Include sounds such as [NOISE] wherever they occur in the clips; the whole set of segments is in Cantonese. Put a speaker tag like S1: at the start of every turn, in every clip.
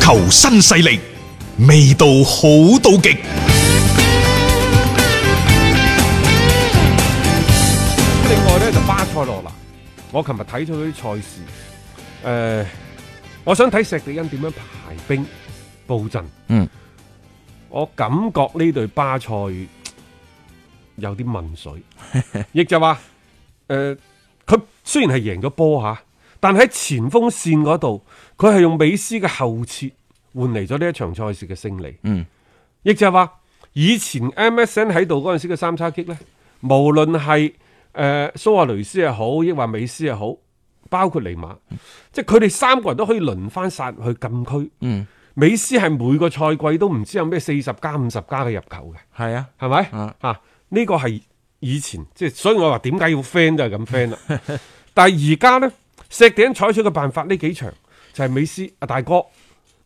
S1: 求新勢力，味道好到極。
S2: 咁另外咧就巴塞羅那，我琴日睇咗啲賽事，誒、呃我想睇石地恩點樣排兵布陣。
S3: 嗯，
S2: 我感覺呢隊巴塞嘖有啲問水， [LAUGHS] 亦就話誒，佢、雖然係贏咗波嚇，但喺前鋒線嗰度，佢係用美斯嘅後撤換嚟咗呢一場賽事嘅勝利。
S3: 嗯，
S2: 亦就係話以前 MSN 喺度嗰陣時嘅三叉戟呢，無論係誒蘇亞雷斯又好，抑或美斯又好，包括尼馬，即係佢哋三個人都可以輪番殺去禁區。
S3: 嗯，
S2: 美斯係每個賽季都唔知有咩四十加五十加嘅入球嘅，
S3: 係啊，
S2: 係咪？
S3: 啊
S2: 啊，呢個係以前即係，所以我話點解要 friend 就係咁 friend
S3: [LAUGHS]
S2: 啦。但係而家呢，石頂採取嘅辦法呢幾場就係美斯啊大哥，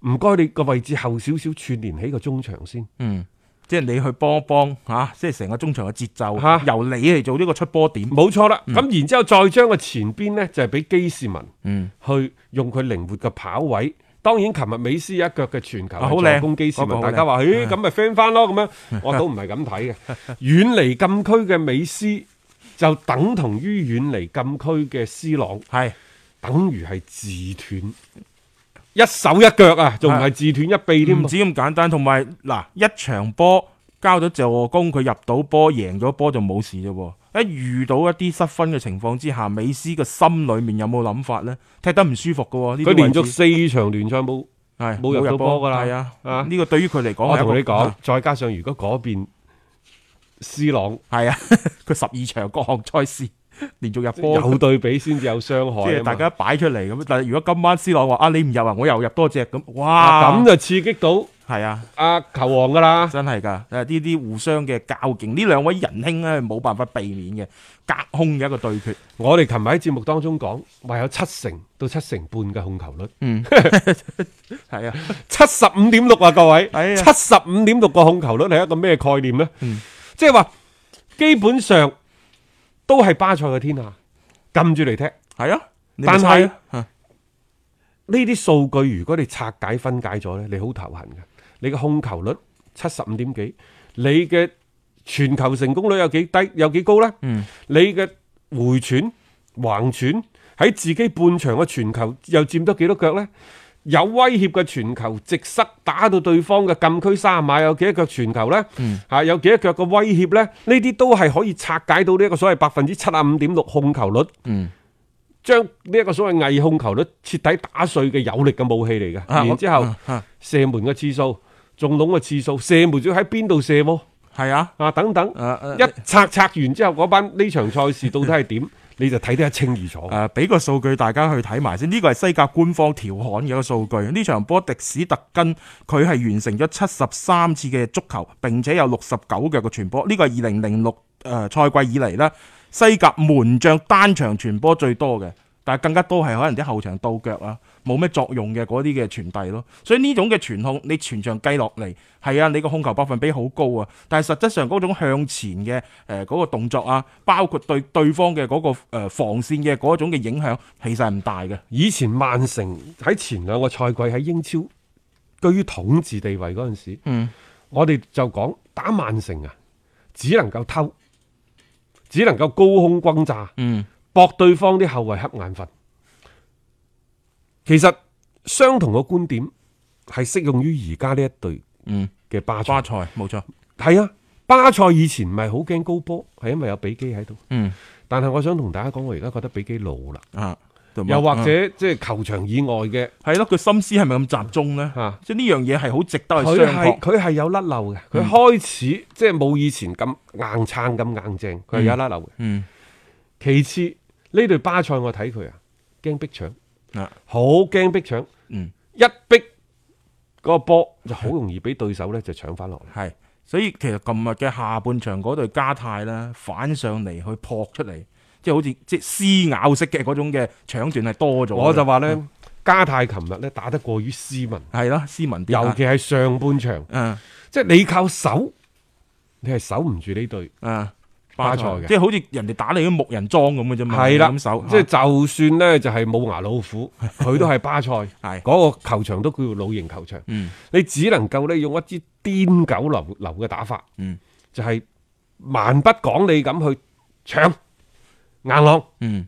S2: 唔該你個位置後少少串連起個中場先。
S3: 嗯，即係你去幫一幫吓、啊即係成個中場嘅節奏、
S2: 嚇
S3: 由你嚟做呢個出波點。
S2: 冇錯啦，咁、然之後再將個前邊呢，就係、俾基士文
S3: 嗯，
S2: 去用佢靈活嘅跑位。當然，琴日美斯有一腳嘅傳球
S3: 啊好
S2: 係
S3: 靚
S2: 助
S3: 嗯
S2: 攻基士
S3: 嗰個
S2: 文，
S3: 好
S2: 大家話：，咦，咁咪 friend 翻咯咁
S3: [LAUGHS]
S2: 樣。我都唔係咁睇嘅，遠離禁區嘅美斯就等同於遠離禁區嘅斯朗，
S3: 係
S2: 等於係自斷一手一腳啊，仲唔係自斷一臂添
S3: 唔？止咁簡單，同埋嗱一場波交咗助攻，佢入到波贏咗波就冇事啫喎。一遇到一啲失分嘅情況之下，美斯嘅心裏面有冇諗法呢？踢得唔舒服嘅喎，呢啲
S2: 佢連
S3: 位
S2: 續
S3: 置
S2: 四場聯賽冇
S3: 係
S2: 冇入到波㗎啦
S3: 係啊，
S2: 啊
S3: 呢個對於佢嚟講
S2: 我
S3: 係一個，
S2: 同你講
S3: 啊，
S2: 再加上如果嗰邊斯朗
S3: 係啊， [LAUGHS] 佢十二場各項賽事連續入波，
S2: 有對比先至有傷害啊嘛，
S3: 即係大家擺出嚟咁。但係如果今晚斯朗話啊，你唔入啊，我又入多隻咁，哇，
S2: 啊咁就刺激到
S3: 係啊，
S2: 阿球王噶啦。
S3: 真係㗎。誒呢啲互相嘅較勁，呢兩位仁兄咧冇辦法避免嘅隔空嘅一個對決。
S2: 我哋琴日喺節目當中講，話有七成到七成半嘅控球率，
S3: 嗯，係啊，
S2: 七十五點六啊，各位，
S3: 哎呀
S2: 七十五點六個控球率係一個咩概念呢？
S3: 嗯
S2: 即係話基本上都係巴塞嘅天下，撳住嚟踢。
S3: 係啊，你
S2: 但係
S3: 咪猜啊
S2: 呢啲數據如果你拆解分解咗呢，你好頭痕嘅。你嘅控球率七十五點幾，你嘅全球成功率有幾低？有幾高呢？
S3: 嗯
S2: 你嘅回傳、橫傳喺自己半場嘅傳球又佔得幾多腳呢？有威脅嘅傳球直塞打到對方嘅禁區三碼，有幾多腳傳球呢？
S3: 嗯
S2: 啊，有幾多腳嘅威脅呢？呢啲都係可以拆解到呢一個所謂百分之七十五點六控球率。
S3: 嗯，
S2: 將呢一個所謂偽控球率徹底打碎嘅有力嘅武器嚟嘅，
S3: 啊
S2: 然之後
S3: 我啊
S2: 射門嘅次數、中籠嘅次數、射門仲要喺邊度射喎
S3: 係啊，
S2: 啊等等，
S3: 誒誒
S2: 一拆拆完之後，嗰班呢場賽事到底係
S3: [LAUGHS]
S2: 點，你就睇得一清二楚。
S3: 誒，啊俾個數據大家去睇埋先，呢個係西甲官方調侃嘅一個數據。呢場波迪史特根佢係完成咗七十三次嘅足球，並且有六十九腳嘅傳波。呢個係二零零六誒賽季以嚟啦，西甲門將單場傳波最多嘅，但係更加多係可能啲後場到腳啊，冇咩作用嘅嗰啲嘅傳遞咯。所以呢種嘅傳控，你全場計落嚟係啊，你個控球百分比好高啊，但係實質上嗰種向前嘅誒嗰個動作啊，包括對對方嘅嗰、個、呃、防線嘅嗰種嘅影響，其實係唔大嘅。
S2: 以前曼城喺前兩個賽季喺英超居於統治地位嗰陣時，
S3: 嗯
S2: 我哋就講打曼城啊，只能夠偷，只能夠高空轟炸。
S3: 嗯，
S2: 搏對方啲後衞瞌眼瞓。其實相同嘅觀點係適用於而家呢一隊
S3: 嗯，
S2: 嘅巴
S3: 巴
S2: 塞。
S3: 塞冇錯。
S2: 係啊，巴塞以前唔係好驚高波，係因為有比基喺度。
S3: 嗯
S2: 但係我想同大家講，我而家覺得比基老啦，
S3: 啊，
S2: 又或
S3: 嗯
S2: 者即係球場以外嘅
S3: 係咯，佢心思係咪咁集中呢？
S2: 嚇，
S3: 即係呢樣嘢係好嗯值
S2: 啊
S3: 得去
S2: 佢
S3: 商榷
S2: 係。佢係有甩漏嘅，佢開始即係冇以前咁硬撐咁硬正，佢係有甩漏嘅。
S3: 嗯
S2: 其次呢隊巴塞我睇佢啊，驚逼搶，
S3: 啊
S2: 好驚逼搶。
S3: 嗯。
S2: 一逼個波就好容易俾對手咧就搶翻落嚟。
S3: 係，所以其實琴日嘅下半場嗰隊加泰咧反上嚟去撲出嚟，即係好似即係撕咬式嘅嗰種嘅搶斷係多咗嘅。
S2: 我就話咧，嗯加泰琴日咧打得過於斯文，
S3: 係啦，斯文啲
S2: 尤
S3: 啊。
S2: 其係上半場，
S3: 嗯
S2: 即係你靠手，你係守唔住呢隊
S3: 嗯
S2: 巴塞嘅
S3: 即係好似人哋打你啲木人樁咁嘅啫嘛，
S2: 係啦
S3: 咁手，啊
S2: 即係就算呢，就係冇牙老
S3: [LAUGHS]
S2: 虎，佢都係巴塞，
S3: 係
S2: 嗰個球場都叫老型球場。
S3: 嗯
S2: 你只能夠呢，用一支癲狗流流嘅打法，
S3: 嗯
S2: 就係蠻不講理咁去搶硬朗
S3: 嗯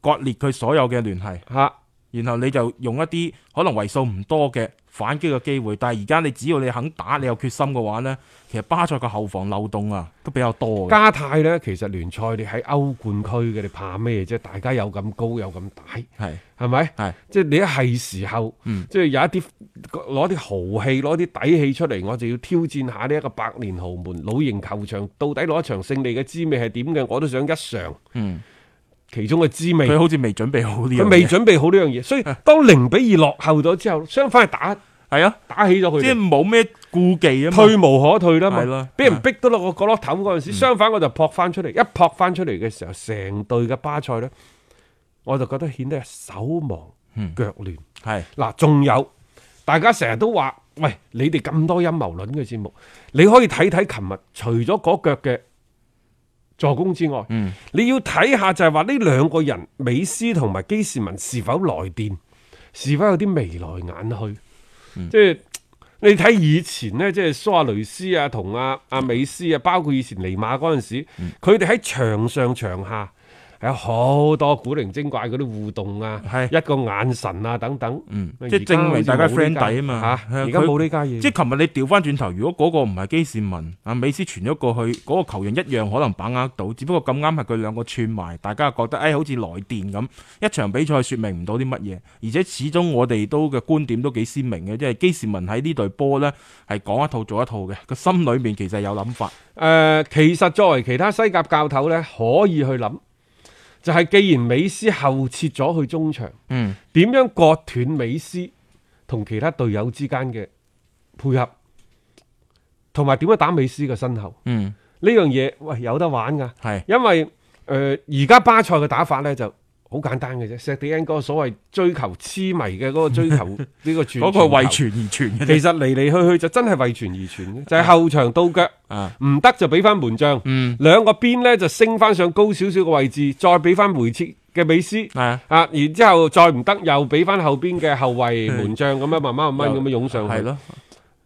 S3: 割裂佢所有嘅聯繫，
S2: 嚇。
S3: 然後你就用一啲可能為數唔多嘅反擊嘅機會。但係而家你只要你肯打，你有決心嘅話呢，其實巴塞嘅後防漏洞啊都比較多嘅。
S2: 加泰呢，其實聯賽你喺歐冠區嘅，你怕咩啫？大家有咁高有咁大，
S3: 係
S2: 係咪？
S3: 係
S2: 即係你一係時候，
S3: 嗯
S2: 即係有一啲攞啲豪氣，攞啲底氣出嚟，我就要挑戰下呢一個百年豪門老型球場，到底攞一場勝利嘅滋味係點嘅？我都想一嘗
S3: 嗯，
S2: 其中嘅滋味。
S3: 佢好似未準備好呢樣嘢。
S2: 佢未準備好呢樣嘢，
S3: [LAUGHS]
S2: 所以當零比二落後咗之後，相反係打
S3: 係啊，
S2: 打起咗佢
S3: 即
S2: 哋
S3: 係。冇咩顧忌啊
S2: [LAUGHS]
S3: 嘛。
S2: 退無可退啦
S3: 係啊嗯啦
S2: 嘛，俾人逼到落個角落頭嗰陣時，相反我就撲翻出嚟，一撲翻出嚟嘅時候，成隊嘅巴塞呢，我就覺得顯得手忙
S3: 嗯
S2: 腳亂。
S3: 係
S2: 嗱，仲有大家成日都話，喂，你哋咁多陰謀論嘅節目，你可以睇睇琴日除咗嗰腳嘅助攻之外，
S3: 嗯
S2: 你要睇下就係話呢兩個人，美斯同埋基士文是否來電，是否有啲眉來眼去，
S3: 嗯
S2: 即係。你睇以前呢，即係蘇亞雷斯啊，同阿阿美斯啊，包括以前尼馬嗰陣時，
S3: 嗯
S2: 佢哋喺場上場下係有好多古靈精怪嗰啲互動啊，
S3: 係
S2: 一個眼神啊等等，
S3: 嗯，
S2: 而
S3: 即係
S2: 家
S3: 證明大家
S2: 好似冇
S3: friend
S2: 呢家
S3: 底啊嘛。
S2: 嚇
S3: 係啊
S2: 而家
S3: 佢
S2: 冇呢家嘢，
S3: 即係琴日你調翻轉頭，如果嗰個唔係基士文，阿美斯傳咗過去，嗰、個球員一樣可能把握到，只不過咁啱係佢兩個串埋，大家覺得誒、哎好似來電咁。一場比賽説明唔到啲乜嘢，而且始終我哋都嘅觀點都幾鮮明嘅，即係基士文喺呢隊波呢係講一套做一套嘅，個心裏面其實有諗法。
S2: 誒、呃其實作為其他西甲教頭呢，可以去諗，就係、既然美斯後撤咗去中場，
S3: 嗯
S2: 點樣割斷美斯同其他隊友之間嘅配合，同埋點樣打美斯嘅身後
S3: 嗯，
S2: 呢樣嘢，喂有得玩㗎，
S3: 係
S2: 因為誒呃而家巴塞嘅打法呢就。好簡單嘅啫，石地恩嗰個所謂追求痴迷嘅嗰個追 [LAUGHS] 求呢個傳
S3: 嗰個係為
S2: 球
S3: 傳而傳嘅 [LAUGHS] 啫。
S2: 其實嚟嚟去去就真係為傳而傳嘅，就係、後場到腳
S3: 啊，
S2: 唔得就俾翻門將，
S3: 嗯
S2: 兩個邊呢就升翻上高少少嘅位置，再俾翻回撤嘅美斯。
S3: 係啊。
S2: 啊！然之後再唔得，又俾翻後邊嘅後衞門將咁樣慢慢慢慢咁樣湧上去。
S3: 係咯，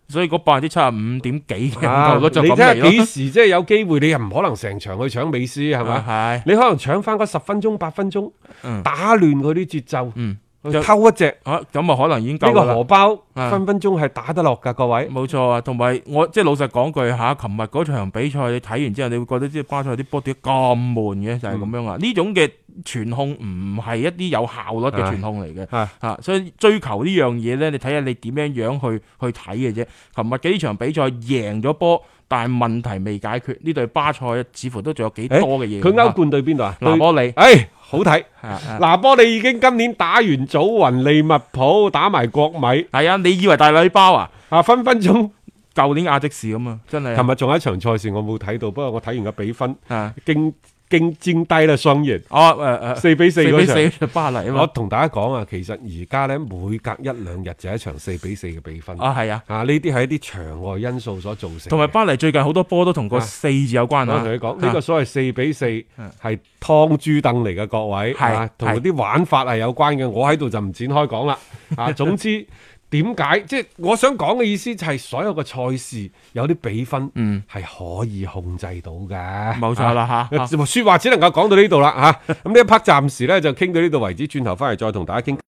S3: 所以嗰百分之七十五點幾嘅
S2: 啊，
S3: 入球率就
S2: 你
S3: 咁
S2: 睇下
S3: 嚟咯。
S2: 幾時即係有機會，你又唔可能成場去搶美斯係咪？
S3: 啊
S2: 你可能搶翻嗰十分鐘八分鐘
S3: 嗯，
S2: 打亂佢啲節奏，
S3: 嗯
S2: 去偷一隻呢
S3: 係啊，咁啊可能已經夠
S2: 個
S3: 㗎啦
S2: 荷包，
S3: 啊
S2: 分分鐘係打得落㗎，各位。
S3: 冇錯啊，同埋我即係老實講句吓，琴日嗰場比賽你睇完之後，你會覺得即係巴塞啲波點解咁悶嘅，就係咁樣啊！
S2: 嗯
S3: 呢種嘅傳控唔係一啲有效率嘅傳控嚟嘅。
S2: 啊，
S3: 啊，所以追求呢樣嘢呢，你睇下你點樣樣去去睇嘅啫。琴日嘅呢場比賽贏咗波，但係問題未解決，呢隊巴塞啊似乎都仲有幾多嘅嘢。
S2: 佢歐冠對邊度啊？
S3: 拿
S2: 對
S3: 波利，
S2: 唉，好睇。
S3: 啊啊
S2: 嗱，波利已經今年打完祖雲、利物浦，打埋國米，
S3: 係啊，你以為大禮包啊？
S2: 啊分分鐘。
S3: 舊年亞積士咁啊，真係
S2: 琴日仲有一場賽事我冇睇到，不過我睇完個比分，
S3: 啊！
S2: 驚驚煎低啦雙贏，
S3: 哦誒誒，
S2: 四比四
S3: 四比
S2: 嗰場。
S3: 四巴黎啊
S2: 我
S3: 嘛，
S2: 同大家講啊，其實而家呢，每隔一兩日就一場四比四嘅比分，啊
S3: 啊係啊，
S2: 呢啲係一啲場外因素所造成嘅。
S3: 同埋巴黎最近好多波都同個
S2: 啊
S3: 四字有關
S2: 我
S3: 啊
S2: 同。你講，
S3: 啊
S2: 呢個所謂四比四
S3: 嗯
S2: 係湯豬凳嚟嘅，各位
S3: 係
S2: 啊同
S3: 係
S2: 嗰啲玩法係有關嘅。我喺度就唔展開
S3: [LAUGHS]
S2: 講啦。啊，總之點解即係我想講嘅意思就係所有嘅賽事有啲比分
S3: 嗯
S2: 係可以控制到嘅，
S3: 冇錯啦
S2: 啊。
S3: 嚇嚇
S2: 説話只能夠講到呢度啦嚇，咁呢一 part 暫時咧就傾到呢度為止，轉頭翻嚟再同大家傾。